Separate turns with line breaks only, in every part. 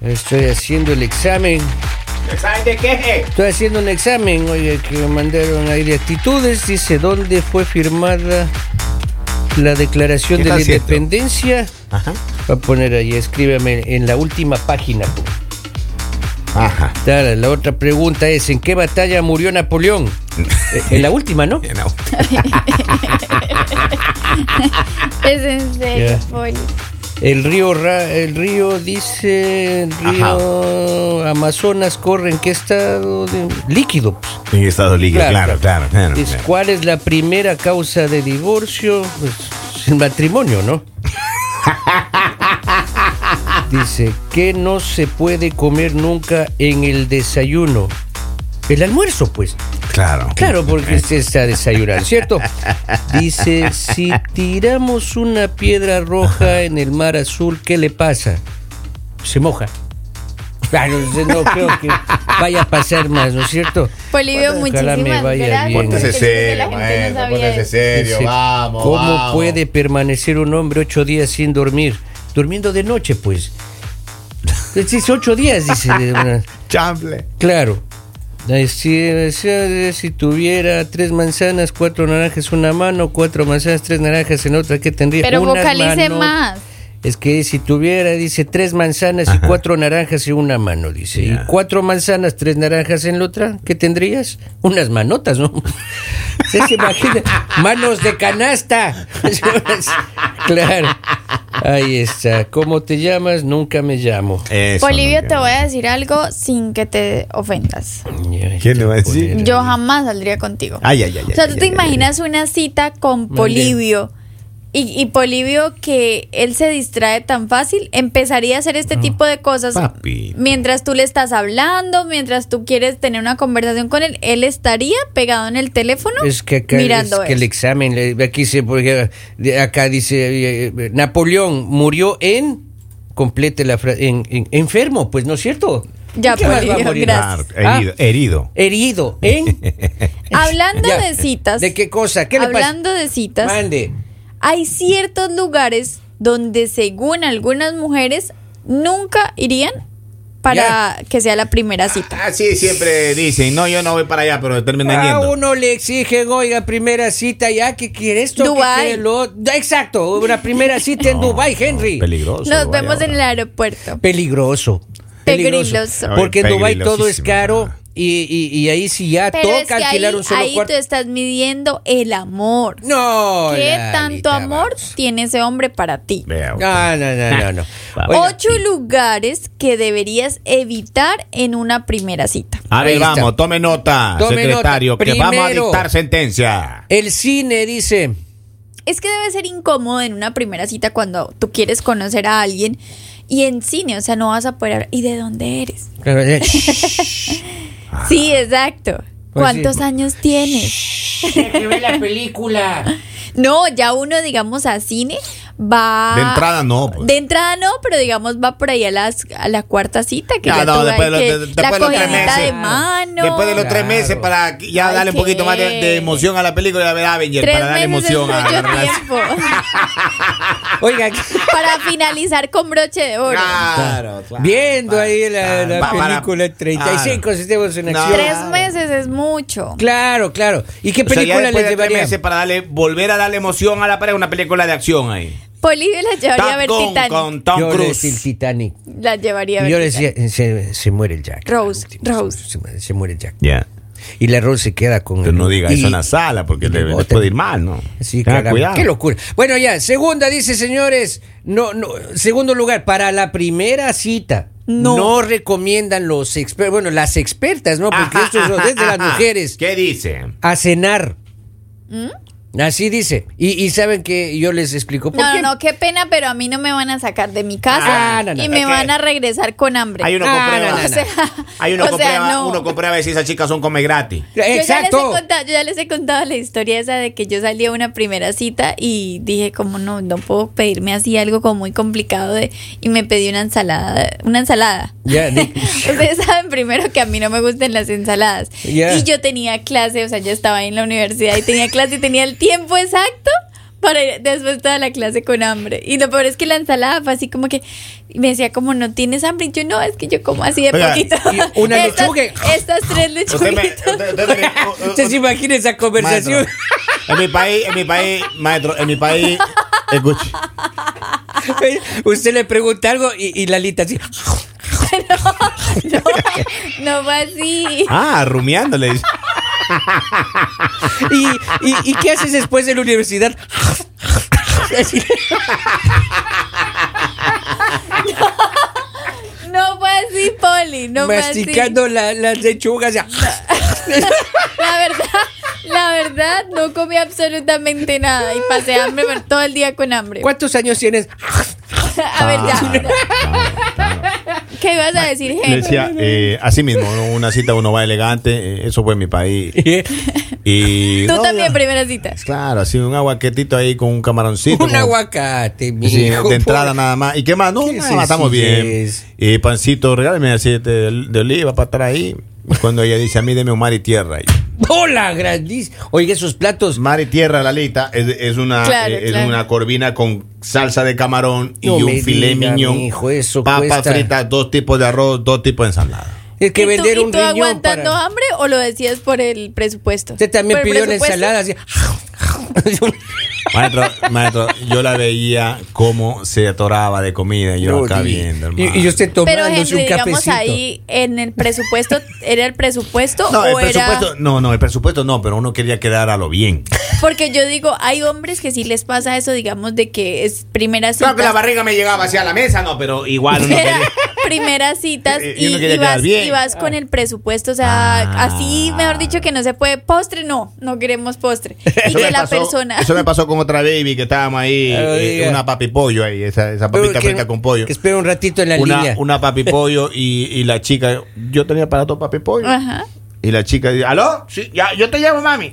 Estoy haciendo el examen.
¿Examen de qué?
Estoy haciendo un examen, oye, que me mandaron ahí de actitudes. Dice, ¿dónde fue firmada la declaración
¿Qué
de
está
la
haciendo?
independencia?
Ajá.
Va a poner ahí, escríbeme en la última página.
Ajá.
Dale, la otra pregunta es, ¿en qué batalla murió Napoleón? Eh, en la última, ¿no?
Bien, au.
Es en serio,
Ya.
Poli.
El río, Ra- el río dice, el río Amazonas corre en qué estado de líquido. pues.
En estado líquido, claro, claro. claro,
Es,
claro.
¿Cuál es la primera causa de divorcio? Pues, el matrimonio, ¿no? Dice, ¿qué no se puede comer nunca en el desayuno? El almuerzo, pues.
Claro. Este,
Claro, porque se está desayunando, ¿cierto? Dice, si tiramos una piedra roja en el mar azul, ¿qué le pasa? Se moja. Claro, no creo que vaya a pasar más, ¿no es cierto?
Poli, veo
Ojalá
muchísimas
me vaya
gracias.
bien.
Póntese
porque la
serio,
gente no
maestro,
sabía
póntese
eso.
serio,
Dice,
vamos.
¿Cómo
vamos.
puede permanecer un hombre ocho días sin dormir? Durmiendo de noche, pues. Dice, ocho días, dice. de una-
Chample.
Claro. Eh, Si, eh, si, eh, si tuviera tres manzanas, cuatro naranjas, una mano, cuatro manzanas, tres naranjas en otra, ¿qué tendría?
Pero
Una
vocalice
mano.
más.
Es que si tuviera, dice, tres manzanas y cuatro naranjas en una mano, dice.
Ya.
Y cuatro manzanas, tres naranjas en la otra, ¿qué tendrías? Unas manotas, ¿no? ¿Se, se imagina? ¡Manos de canasta! claro. Ahí está. ¿Cómo te llamas? Nunca me llamo.
Eso,
Polivio,
no,
Pues, te voy a decir algo sin que te ofendas.
¿Quién le va a decir?
Yo jamás saldría contigo.
Ay, ay, ay.
O sea,
ay,
tú
ay,
te
ay,
imaginas una cita con
Mande.
Polivio y, y Polivio que él se distrae tan fácil, empezaría a hacer este tipo de cosas
papi.
mientras tú le estás hablando, mientras tú quieres tener una conversación con él, él estaría pegado en el teléfono
Es que acá
mirando
es que el
eso.
examen, le- aquí dice, porque de- acá dice, eh, eh, Napoleón murió en, complete la frase, en, en- enfermo, pues, ¿no es cierto?
Ya,
¿Qué más va a
Polivio,
morir?
gracias.
Claro, herido,
Ah.
herido.
Herido, ¿en?
Hablando
Ya.
de citas,
¿De qué cosa? ¿Qué le pasa?
hablando de citas,
Mande.
hay ciertos lugares donde según algunas mujeres nunca irían para que sea la primera
Ah,
cita.
Así Ah, siempre dicen, no, yo no voy para allá, pero terminan
A
yendo.
uno le exigen, oiga, primera cita, ya, ¿qué quiere esto? ¿Qué
Dubái.
quiere lo otro? Exacto, una primera cita en
No,
Dubai,
no,
Henry.
peligroso.
Nos
vaya
vemos en el
ahora.
aeropuerto.
peligroso.
Pegriloso.
Porque en
Ay,
Dubai todo es
pegrilosísimo,
caro
¿verdad?
y, y- y ahí sí ya
Pero es que
toca
ahí,
alquilar un solo
ahí tú
cuarto.
estás midiendo el amor.
No.
¿Qué
Lalita,
tanto amor
vamos.
tiene ese hombre para ti?
Vea, ok.
No, no, no, no. no.
Vamos.
Oiga,
Ocho lugares que deberías evitar en una primera cita.
A
Ahí
ver,
está.
vamos, tome nota,
Tome
secretario,
nota.
que vamos a
Primero.
dictar sentencia.
el cine dice.
Es que debe ser incómodo en una primera cita cuando tú quieres conocer a alguien y en cine, o sea, no vas a poder hablar. ¿Y de dónde eres?
claro, eh,
Ah.
Sí, exacto.
Pues
¿Cuántos
sí.
años tienes? No, ya uno, digamos, a cine va.
De entrada no, pues.
De entrada no, pero digamos, va por ahí a, las, a la cuarta cita. Que
Ya,
ya
Ah, no,
tú
después
hay
de los-
que
de- después
la
de los tres
cogidita de
meses.
mano.
Después de los tres
Claro.
meses para que ya
Ay,
darle un poquito más de,
qué.
de emoción a la película y a ver Avenger,
Tres
para darle
meses es
emoción a la
mucho
relación.
tiempo.
Oiga,
para finalizar con broche de oro.
Claro, claro.
viendo ahí la, la
Pa- para-
película 35
claro.
sistemas en
No.
acción.
Tres meses es mucho.
Claro, claro. ¿Y qué
O sea, ya
película
después
les
de tres
llevaría?
meses para darle, volver a darle emoción a la pareja, una película de acción ahí.
Polivio la llevaría a ver
Top Gun
Titanic.
con Tom
Yo le
Cruise.
decía el Titanic.
La llevaría a
Y
ver
yo le
Titanic.
decía, se, se muere el Jack.
Rose,
Al último,
Rose.
Se, se- se muere el Jack.
Ya.
Y la Rose se queda con
Pero
el-
no diga
y-
eso en la sala porque le, le
botan.
puede ir mal, ¿no?
Sí,
Tenga
caramba,
Ah, cuidado.
Qué locura. Bueno, ya, segunda dice, señores, no, no, segundo lugar, para la primera cita. No.
No.
recomiendan los expertos, bueno, las expertas, ¿no? Porque
Ajá,
esto es lo-
ajá,
es de las
ajá.
mujeres.
¿Qué dice?
A cenar. Así dice. Y, y saben que yo les explico por
¿Mm? No,
qué.
no, no, qué pena, pero a mí no me van a sacar de mi casa
Ah, no, no,
y me
ok.
van a regresar con hambre.
Hay uno
Ah,
comprueba.
no, no, no.
O sea,
Hay uno
o sea,
comprueba,
no.
uno comprueba si esas chicas son come gratis.
Yo ya,
Exacto.
les he contado, yo ya les he contado la historia esa de que yo salí a una primera cita y dije como no, no puedo pedirme así algo como muy complicado de, y me pedí una ensalada, una ensalada.
Ya, di-
Ustedes saben primero que a mí no me gustan las ensaladas.
Ya.
Y yo tenía clase, o sea, yo estaba ahí en la universidad y tenía clase y tenía el tiempo exacto para ir después toda la clase con hambre. Y lo peor es que la ensalada fue así como que y me decía como no tienes hambre. Y yo no, es que yo como así de
Oiga,
poquito.
y una
estas,
lechuga.
Estas tres
Usted me-
lechuguitas.
usted- usted tenía- u- u-
Usted se imagina esa
Maestro,
conversación.
en mi país, en mi país, maestro, en mi país, escuche.
Pues, Usted le pregunta algo y, y Lalita así.
No, no fue así.
Ah, rumiándole. dice.
¿Y, y, y qué haces después de la universidad? Así.
No fue así, Poli. No fue así.
masticando la- las lechugas. ya.
La verdad, la verdad, no comí absolutamente nada. Y pasé hambre pero todo el día con hambre.
¿Cuántos años tienes?
A ver, ya. ¿Qué ibas a decir,
Le
Henry?
decía, eh, así mismo, ¿no? una cita uno va elegante, eh, eso fue en mi país. Y,
Tú
no,
también,
ya.
primera cita.
Claro, así un aguaquetito ahí con un camaroncito.
Un
con-
aguacate, mi
Sí, de entrada nada más. ¿Y qué más? No,
Qué
nada más, estamos bien.
sencillez.
Y pancito, regálame aceite de, de oliva para estar ahí. Cuando ella dice, a mí deme un mar y tierra. Y-
¡Hola, grandísimo! Oiga, esos platos.
Mar y tierra, Lalita, es, es una, eh,
Claro,
es
claro.
una corvina con salsa de camarón y
No me
un filé
diga,
miñón.
mijo, eso
papas
cuesta.
fritas, dos tipos de arroz, dos tipos de ensalada.
Es que
¿Y tú-
vender
y
un
tú
riñón para...
aguantando hambre o lo decías por el presupuesto?
Usted también
¿Por el
pidió una
presupuesto?
ensalada. así.
Maestro, maestro, yo la veía cómo se atoraba de comida y yo
No,
acá
di-
viendo,
y-
hermano.
Y, usted
Pero
tomándose
Henry,
un
digamos
cafecito.
ahí en el presupuesto, ¿era el presupuesto
No,
o
el
era...?
presupuesto, no, no, el presupuesto no, pero uno quería quedar a lo bien.
Porque yo digo, hay hombres que sí les pasa eso, digamos, de que es primera cita.
Claro que la barriga me llegaba hacia la mesa, no, pero igual uno quería-
primeras citas
Y-
Eh,
y,
y uno quería
y
quedar
vas,
bien.
y vas con el presupuesto, o sea,
Ah.
así, mejor dicho, que no se puede, postre no, no queremos postre. Y
Eso
que
me
la
pasó-
persona...
Eso me pasó con otra baby que estábamos ahí,
Claro,
eh,
Ah, diga.
una papi pollo ahí, esa, esa
Pero
papita
que-
frita con pollo.
Que espera un ratito en la
Una,
línea.
una papi pollo y, y la chica, yo tenía para dos papi pollo.
Ajá.
Y la chica dice, ¿aló?
Sí, ya, yo te llamo, mami.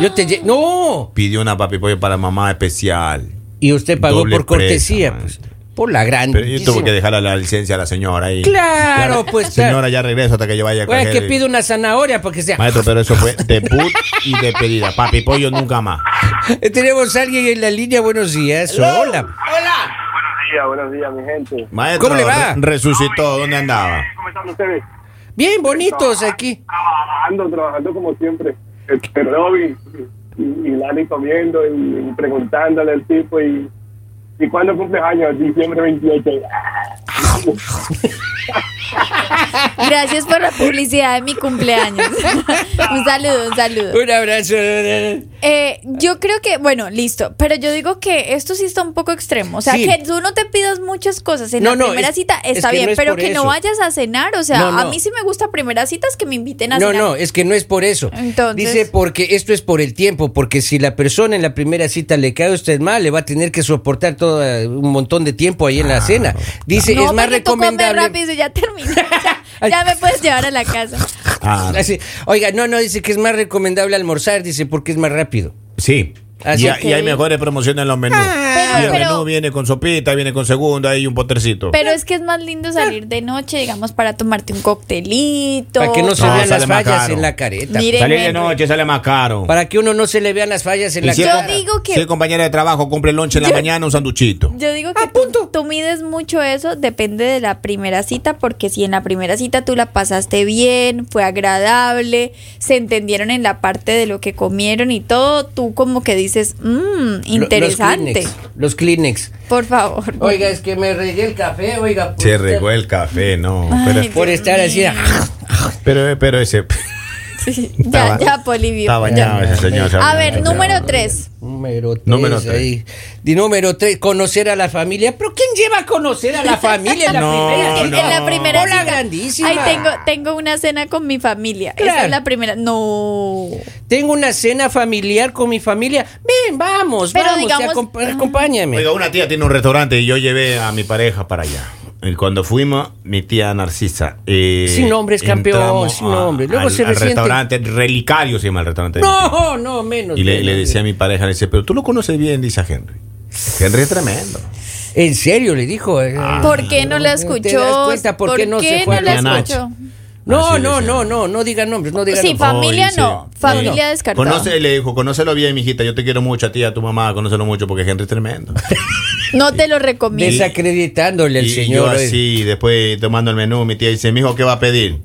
Yo te lle- ¡No!
Pidió una papi pollo para mamá especial.
Y usted pagó
Doble
por cortesía.
presa,
pues.
man.
por la grande.
Pero yo tuve que dejar la licencia a la señora ahí.
Claro, pues,
Señora, ya regreso hasta que yo vaya a
Oiga,
coger
que
el-
pido una zanahoria para que sea.
Maestro, pero eso fue debut y despedida. Papi pollo nunca más.
Tenemos a alguien en la línea. Buenos días. Hola.
Hola.
Buenos días, buenos días, mi gente. Eh,
Maestro,
¿Cómo le va?
re- resucitó. ¿Dónde andaba?
¿Cómo están ustedes?
Bien bonitos aquí.
Trabajando, trabajando como siempre. Este Robin y, y Lani comiendo y, y preguntándole al tipo y, y cuándo cumple años, diciembre 28.
Gracias por la publicidad de mi cumpleaños. un saludo, un saludo.
Un abrazo.
Eh, yo creo que, bueno, listo, pero yo digo que esto sí está un poco extremo. O sea,
Sí.
que tú no te pidas muchas cosas en
No,
la
no,
primera
es-
cita,
es
está
que no
bien,
es
pero
por
que
eso.
no vayas a cenar. O sea,
No, no.
a mí sí me gusta primera citas que me inviten a
No,
cenar.
no, es que no es por eso.
Entonces-
Dice porque esto es por el tiempo, porque si la persona en la primera cita le cae a usted mal, le va a tener que soportar todo eh, un montón de tiempo ahí en
Ah,
la cena. Dice,
No,
es más
porque tú comes
recomendable.
rápido y ya terminé. Ya,
Ay.
ya me puedes llevar a la casa.
Ah,
Así, Oiga, no, no, dice que es más recomendable almorzar, dice, porque es más rápido.
sí.
Así
Y,
que-
y hay mejores promociones en los menús.
Pero-
Y el
Ah, pero-
menú viene con sopita, viene con segunda y un potrecito.
Pero es que es más lindo salir de noche, digamos, para tomarte un coctelito.
Para que no se
No,
vean
sale
las
más
fallas
caro.
en la careta.
Mire,
Salir de
Henry.
noche sale más caro.
Para que uno no se le vean las fallas en la
si
Yo
cara.
es-
digo que-
Si es compañera de trabajo, compre el lonche en la mañana, un sanduchito.
Yo digo
Ah,
que tú, tú mides mucho eso, depende de la primera cita, porque si en la primera cita tú la pasaste bien, fue agradable, se entendieron en la parte de lo que comieron y todo, tú como que dices, mmm,
Lo-
interesante.
Los Kleenex. los Kleenex.
Por favor.
Oiga, es que me regué el café, oiga. por-
Se regó el café, no.
Ay,
Pero,
Dios
Por estar así.
mío.
pero, pero ese.
Sí,
estaba-
ya, ya, Polivio.
Está bañado ese señor.
A ver, número tres.
Número 3.
Número
Número
tres.
número 3, conocer a la familia. ¿Pero quién lleva a conocer a la familia en la
No,
primera
en,
cita?
en la primera
Hola,
cita.
grandísima.
Ay, tengo, tengo una cena con mi familia. Esa
Claro.
es la primera. No.
Tengo una cena familiar con mi familia. Ven, vamos,
Pero
vamos, te
digamos-
acompa- acompáñame.
Oiga, una tía tiene un restaurante y yo llevé a mi pareja para allá. Y cuando fuimos, mi tía Narcisa. eh,
Sin nombres, campeón,
entramos
sin nombres. Luego
al,
se
al
resiente.
restaurante, Relicario se llama el restaurante. de mi tía.
no, no, menos.
Y le, le
menos.
decía a mi pareja, le decía, pero tú lo conoces bien, dice a Henry. Henry es tremendo.
En serio, le dijo. eh,
Ah.
¿Por qué no la
¿Te das
escuchó?
cuenta por qué no se fue
la
a
Nacho?
escuchó?
No,
Así
no,
Ah, decía.
no, no, no digan nombres, no digan
Sí,
nombres.
familia
Ay, sí.
no.
Sí.
Familia descartada.
Conoce, le dijo, conócelo bien, mijita. Yo te quiero mucho a ti, y a tu mamá, conócelo mucho porque Henry es tremendo.
No te lo recomiendo.
Desacreditándole al
y
señor.
yo
eh.
así, después tomando el menú, mi tía dice, mijo, ¿qué va a pedir?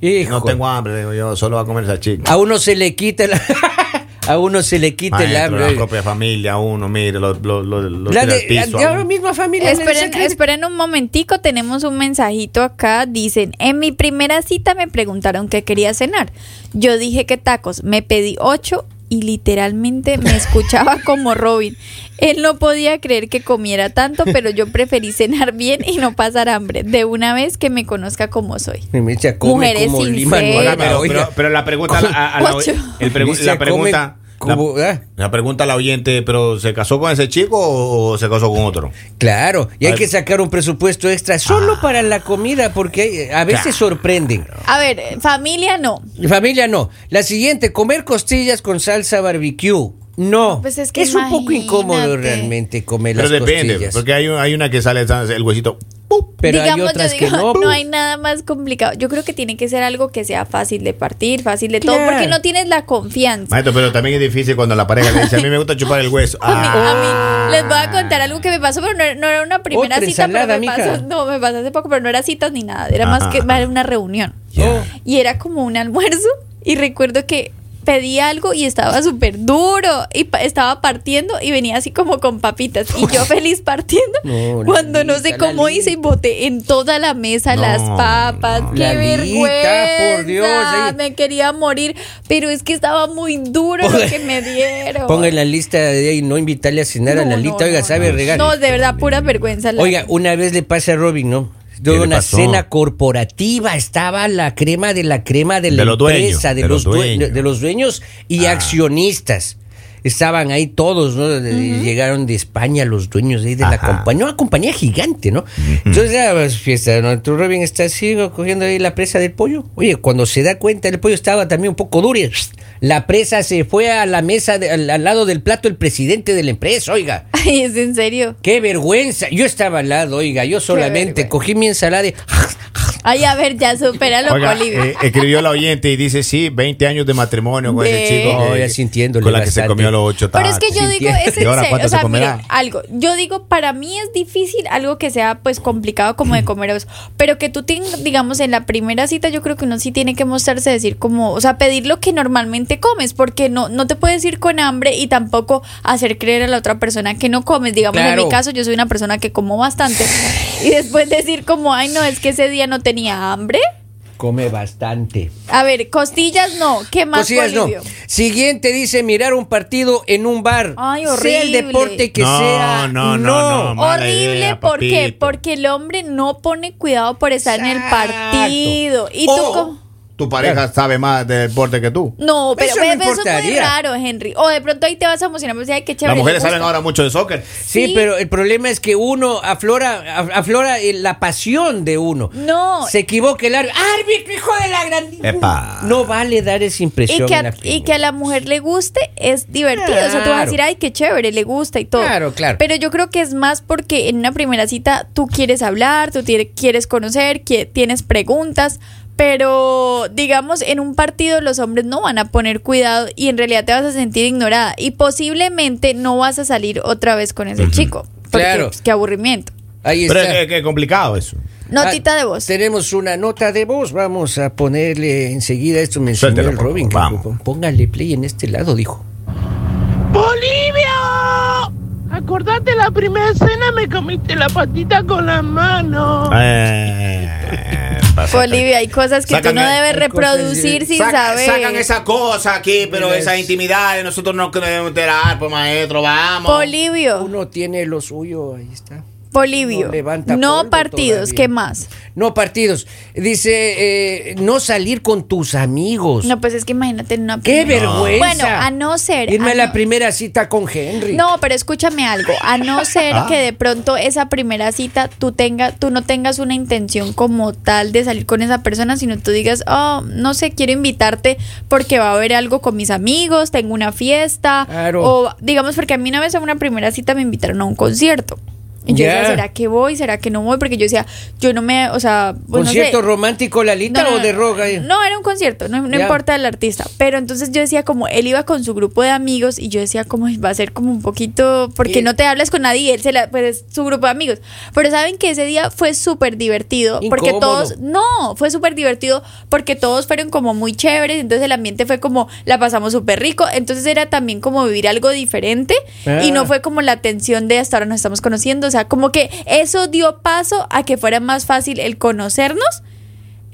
Hijo.
No tengo hambre, digo yo, solo va a comer esa chica.
A uno se le quita el, a uno se le quita el hambre.
la propia familia, uno, mire, lo, lo, lo, lo
La
tira al
de, la
piso,
de
a
ahora
uno.
misma familia. me
Esperen,
desacredita.
esperen un momentico, tenemos un mensajito acá. Dicen, en mi primera cita me preguntaron qué quería cenar. Yo dije que tacos, me pedí ocho y literalmente me escuchaba como Robin. Él no podía creer que comiera tanto, pero yo preferí cenar bien y no pasar hambre, de una vez que me conozca como soy.
Y me echa, come
Mujeres
como
sin
lima
sed.
nueva,
Oiga, Ah, pero,
oiga.
pero- pero la pregunta a la, a- a la-
Ocho.
el pregu-
Dice,
la pregunta
come
la-
como- ah.
la pregunta a la oyente, pero ¿se casó con ese chico o, o se casó con otro?
Claro, y hay
Ay.
que sacar un presupuesto extra
Ah.
solo para la comida porque hay- a veces sorprenden.
A ver, eh, familia no.
Familia no. La siguiente, comer costillas con salsa barbecue. No,
Pues es que
un poco incómodo
imagínate.
realmente comer
Pero
las
depende,
costillas.
porque hay, un- hay una que sale ¿sabes? el huesito. ¡pup!
Pero hay
Digamos,
otras
yo
que
digo,
no.
hay nada más complicado. Yo creo que tiene que ser algo que sea fácil de partir, fácil de todo,
Claro.
porque no tienes la confianza.
Maestro, pero también es difícil cuando la pareja le dice, a mí me gusta chupar el hueso.
A mí, a mí-
Ah.
les voy a contar algo que me pasó, pero no, era- no era una primera
Otra
cita,
ensalada,
pero me
mija.
pasó, no, me pasó hace poco, pero no era citas ni nada, era más
Ajá.
que era una reunión.
Oh.
Ya.
Y era como un almuerzo y recuerdo que pedí algo y estaba súper duro y pa- estaba partiendo y venía así como con papitas y yo feliz partiendo
No,
cuando no sé
Lalita,
cómo
Lalita.
hice y boté en toda la mesa
No,
las papas
no.
qué
Lalita,
vergüenza
por Dios, ahí-
me quería morir pero es que estaba muy duro lo
Ponga-
que me dieron
Ponga en la lista de ahí, no invitarle a cenar a
No,
la
no,
lista, oiga,
no,
sabe
no.
regar.
No, de verdad, pura vergüenza. la-
Oiga, una vez le pasa a Robin, ¿no? De
¿Qué le
una
pasó?
cena corporativa estaba la crema de la crema de la
De los dueños,
empresa, de,
de
los
los
due-
dueños. Ah.
de- de los dueños y accionistas. Estaban ahí todos, ¿no? De- Llegaron de España los dueños de, ahí de la
Ajá.
compañía, una compañía gigante, ¿no? Entonces ya pues, fiesta, ¿no? Tu Robin está así ¿no? cogiendo ahí la presa del pollo. Oye, cuando se da cuenta, el pollo estaba también un poco duro. y, La presa se fue a la mesa, de- al, al lado del plato, el presidente de la empresa, oiga.
Ay, es en serio.
¡Qué vergüenza! Yo estaba al lado, oiga, yo solamente
vergüenza.
cogí mi ensalada y...
Ay, a ver, ya supera lo
Oiga,
Bolivia.
eh, escribió la oyente y dice, sí, 20 años de matrimonio con
Ve.
ese chico.
No,
que-
ya sintiéndole
Con la que se
bastante.
comió los ocho
Pero
tacos.
es que yo digo,
sintiendo.
es
Ah, ¿Y
en
ahora
serio.
cuánto
O sea,
se comerá?
mire, algo. Yo digo, para mí es difícil algo que sea pues complicado como
Mm.
de comer oso. Pero que tú tengas, digamos, en la primera cita, yo creo que uno sí tiene que mostrarse, decir como, o sea, pedir lo que normalmente comes, porque no, no te puedes ir con hambre y tampoco hacer creer a la otra persona que no comes. Digamos, en
Claro.
mi caso, yo soy una persona que como bastante. y después decir como, ay no, es que ese día no tenía hambre.
Come bastante.
A ver, costillas no. ¿Qué más
Cosillas no.
Polibio?
Siguiente dice mirar un partido en un bar.
Ay,
Sea el
horrible.
deporte que
No,
sea.
no, no, no. Mala
Horrible,
idea,
¿por qué?
papito.
Porque el hombre no pone cuidado por estar en el partido. Y tú
O
como-
Tu pareja sabe más del deporte que tú.
No, pero
Eso no
ve- ve, eso es muy
importaría.
raro, Henry. O de pronto ahí te vas a emocionar, pero ay, qué chévere.
Las mujeres
le
saben
gusta.
ahora mucho de soccer.
Sí,
Sí.
pero el problema es que uno aflora, af- aflora eh, la pasión de uno.
No.
Se equivoca el árbitro. ¡Árbitro, hijo de la gran!
Epa.
No vale dar esa
Y
impresión.
que,
en la
a, y que a la mujer le guste es divertido. O sea, tú vas a decir,
Claro.
ay, qué chévere, le gusta y todo.
Claro, claro.
Pero yo creo que es más porque en una primera cita tú quieres hablar, tú tie- quieres conocer, qui- tienes preguntas. Pero, digamos, en un partido los hombres no van a poner cuidado y en realidad te vas a sentir ignorada. Y posiblemente no vas a salir otra vez con ese chico. Porque,
Claro.
pues, qué aburrimiento.
Ahí
Pero eh,
está.
es, que- que es complicado eso.
Notita
Ah,
de voz.
Tenemos una nota de voz. Vamos a ponerle enseguida esto. Me enseñó
Suéltelo,
el
por
Robin.
favor,
que-
vamos.
Póngale play en este lado, dijo.
¡Bolivia! Acordate la primera cena me comiste la patita con la mano.
Eh, pasa-
Bolivia, hay cosas que
Sácame-
tú no debes
hay cosas-
reproducir Pues, sin
Sac-
saber.
Sacan esa cosa aquí, pero
Mira,
esas
es-
intimidades nosotros no queremos enterar, pues maestro, vamos.
Polibio.
Uno tiene lo suyo. Ahí está.
Bolivio.
No
No,
levanta polvo
partidos,
todavía.
¿qué más?
No partidos. Dice, eh, no salir con tus amigos.
No, pues es que imagínate en una
¡Qué
primera-
vergüenza!
Bueno, a no ser.
Irme
a
a la
no-
primera cita Ah. con Henry.
No, pero escúchame algo. A no ser que de pronto esa primera cita tú tenga, tú no tengas una intención como tal de salir con esa persona, sino tú digas, oh, no sé, quiero invitarte porque va a haber algo con mis amigos, tengo una fiesta.
Claro.
O digamos, porque a mí una vez en una primera cita me invitaron a un concierto. Y yo decía,
Ya.
¿será que voy? ¿Será que no voy? Porque yo decía, yo no me, o sea, pues, no sé.
¿Concierto romántico, Lalita
No, no,
o de
no.
roga?
No, era un concierto, no, no
Ya.
importa el artista. Pero entonces yo decía como, él iba con su grupo de amigos y yo decía como, "Ay, va a ser como un poquito, porque
Y-
no te hablas con nadie, él se la, pues es su grupo de amigos. Pero saben que ese día fue súper divertido, porque
Incómodo.
todos, no, fue súper divertido porque todos fueron como muy chéveres, entonces el ambiente fue como, la pasamos súper rico, entonces era también como vivir algo diferente
Ah.
y no fue como la tensión de hasta ahora nos estamos conociendo, o sea, como que eso dio paso a que fuera más fácil el conocernos.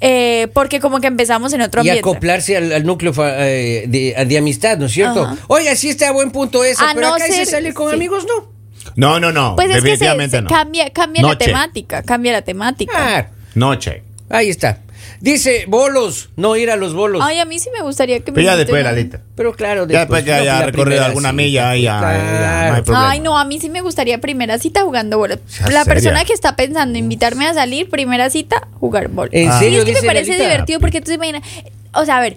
Eh, porque como que empezamos en otro
Y
ambiente.
acoplarse al, al núcleo fa- eh, de, de amistad, ¿no es cierto?
Ajá.
Oiga, sí está a buen punto eso,
A
pero
no
acá dice
ser-
salir con
sí.
amigos, no.
No, no, no.
pues es que se,
definitivamente
se
no.
cambia, cambia la
Noche.
temática, cambia la temática.
Ah,
Noche.
ahí está. Dice bolos, no ir a los bolos.
Ay, a mí sí me gustaría que me
Pero ya
inviten
después,
a-
Lalita.
Pero claro,
Ya después que
no,
haya
la
recorrido
primera
alguna
cita, pues,
milla, ahí ya, ya, no hay
claro.
problema.
Ay, no, a mí sí me gustaría primera cita jugando bolos.
Sea
La
seria.
persona que está pensando invitarme a salir, primera cita, jugar bolos.
¿En
Ah.
Y
serio
es que me
dice
parece
Lalita?
divertido porque tú te imaginas, o sea, a ver,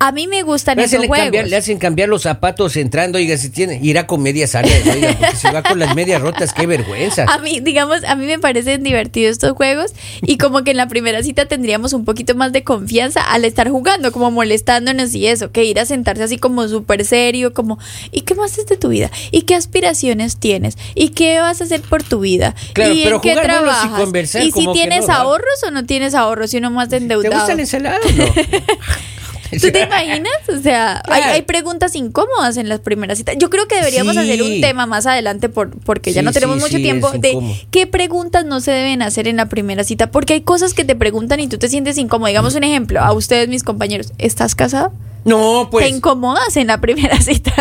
a mí me gustan
Le
esos
hacen,
juegos.
cambiar, le hacen cambiar los zapatos entrando, oiga, si tiene, irá con medias salidas, oiga, porque si va con las medias rotas, qué vergüenza.
A mí, digamos, a mí me parecen divertidos estos juegos y como que en la primera cita tendríamos un poquito más de confianza al estar jugando, como molestándonos y eso, que ir a sentarse así como súper serio, como, ¿y qué más es de tu vida? ¿Y qué aspiraciones tienes? ¿Y qué vas a hacer por tu vida?
Claro,
¿Y
pero
en qué
jugar bolos y
trabajas?
conversar
¿Y si
como que
tienes
no, ¿verdad?
ahorros o no tienes ahorros? Y uno más
¿Te
endeudado.
gusta la ensalada o no?
¿Tú te imaginas? O sea, hay,
Claro.
hay preguntas incómodas en las primeras citas. Yo creo que deberíamos
Sí.
hacer un tema más adelante por, porque ya
Sí,
no tenemos
sí,
mucho
sí,
tiempo
es
de
incómodo.
qué preguntas no se deben hacer en la primera cita. Porque hay cosas que te preguntan y tú te sientes incómodo.
Mm.
Digamos un ejemplo, a ustedes mis compañeros, ¿estás casada?
No,
Te
pues,
incomodas en la primera cita.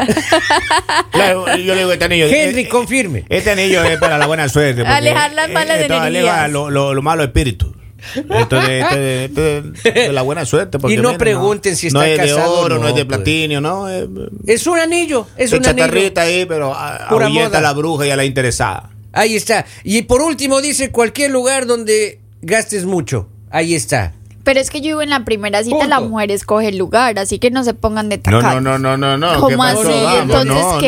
Claro, yo le digo este anillo.
Henry,
eh,
confirme.
Este anillo es para la buena suerte. porque, eh,
Alejar las malas
esto
energías.
Aleja lo, lo, lo malo espíritu. Esto de, esto de- esto de- de la buena suerte. porque
Y no pregunten si
no
está
es
casado
de
o
oro, no,
no,
es de
pues.
platinio, no. Es,
Es un anillo, es
de
un anillo.
chatarrita ahí, pero a-
Pura
ahuyenta
moda.
a la bruja y a la interesada.
Ahí está. Y por último dice cualquier lugar donde gastes mucho. Ahí está.
Pero es que yo digo, en la primera cita
Punto.
la mujer escoge el lugar, así que no se pongan de
No,
tacaños.
no, no, no, no, no. ¿Qué
¿Cómo
pasó?
así?
Vamos,
Ah, Entonces,
no,
¿qué?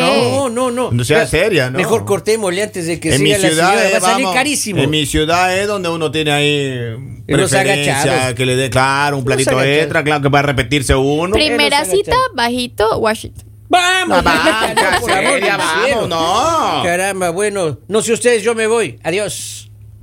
No,
no.
no, no.
No sea seria, no.
Mejor cortémosle antes de que
en mi
siga la
ciudad
señora.
es,
Va a salir
vamos,
carísimo.
En mi ciudad es donde uno tiene ahí
Los
preferencia
agachados.
que le dé, claro, un
Los
platito
agachados.
extra, claro, que va a repetirse uno.
Primera
Pero se
cita,
agachan.
bajito, Washington.
Vamos,
Vamos,
Lalita, no, por amor
seria,
del cielo.
vamos, no.
Caramba, bueno, no sé ustedes, yo me voy. Adiós.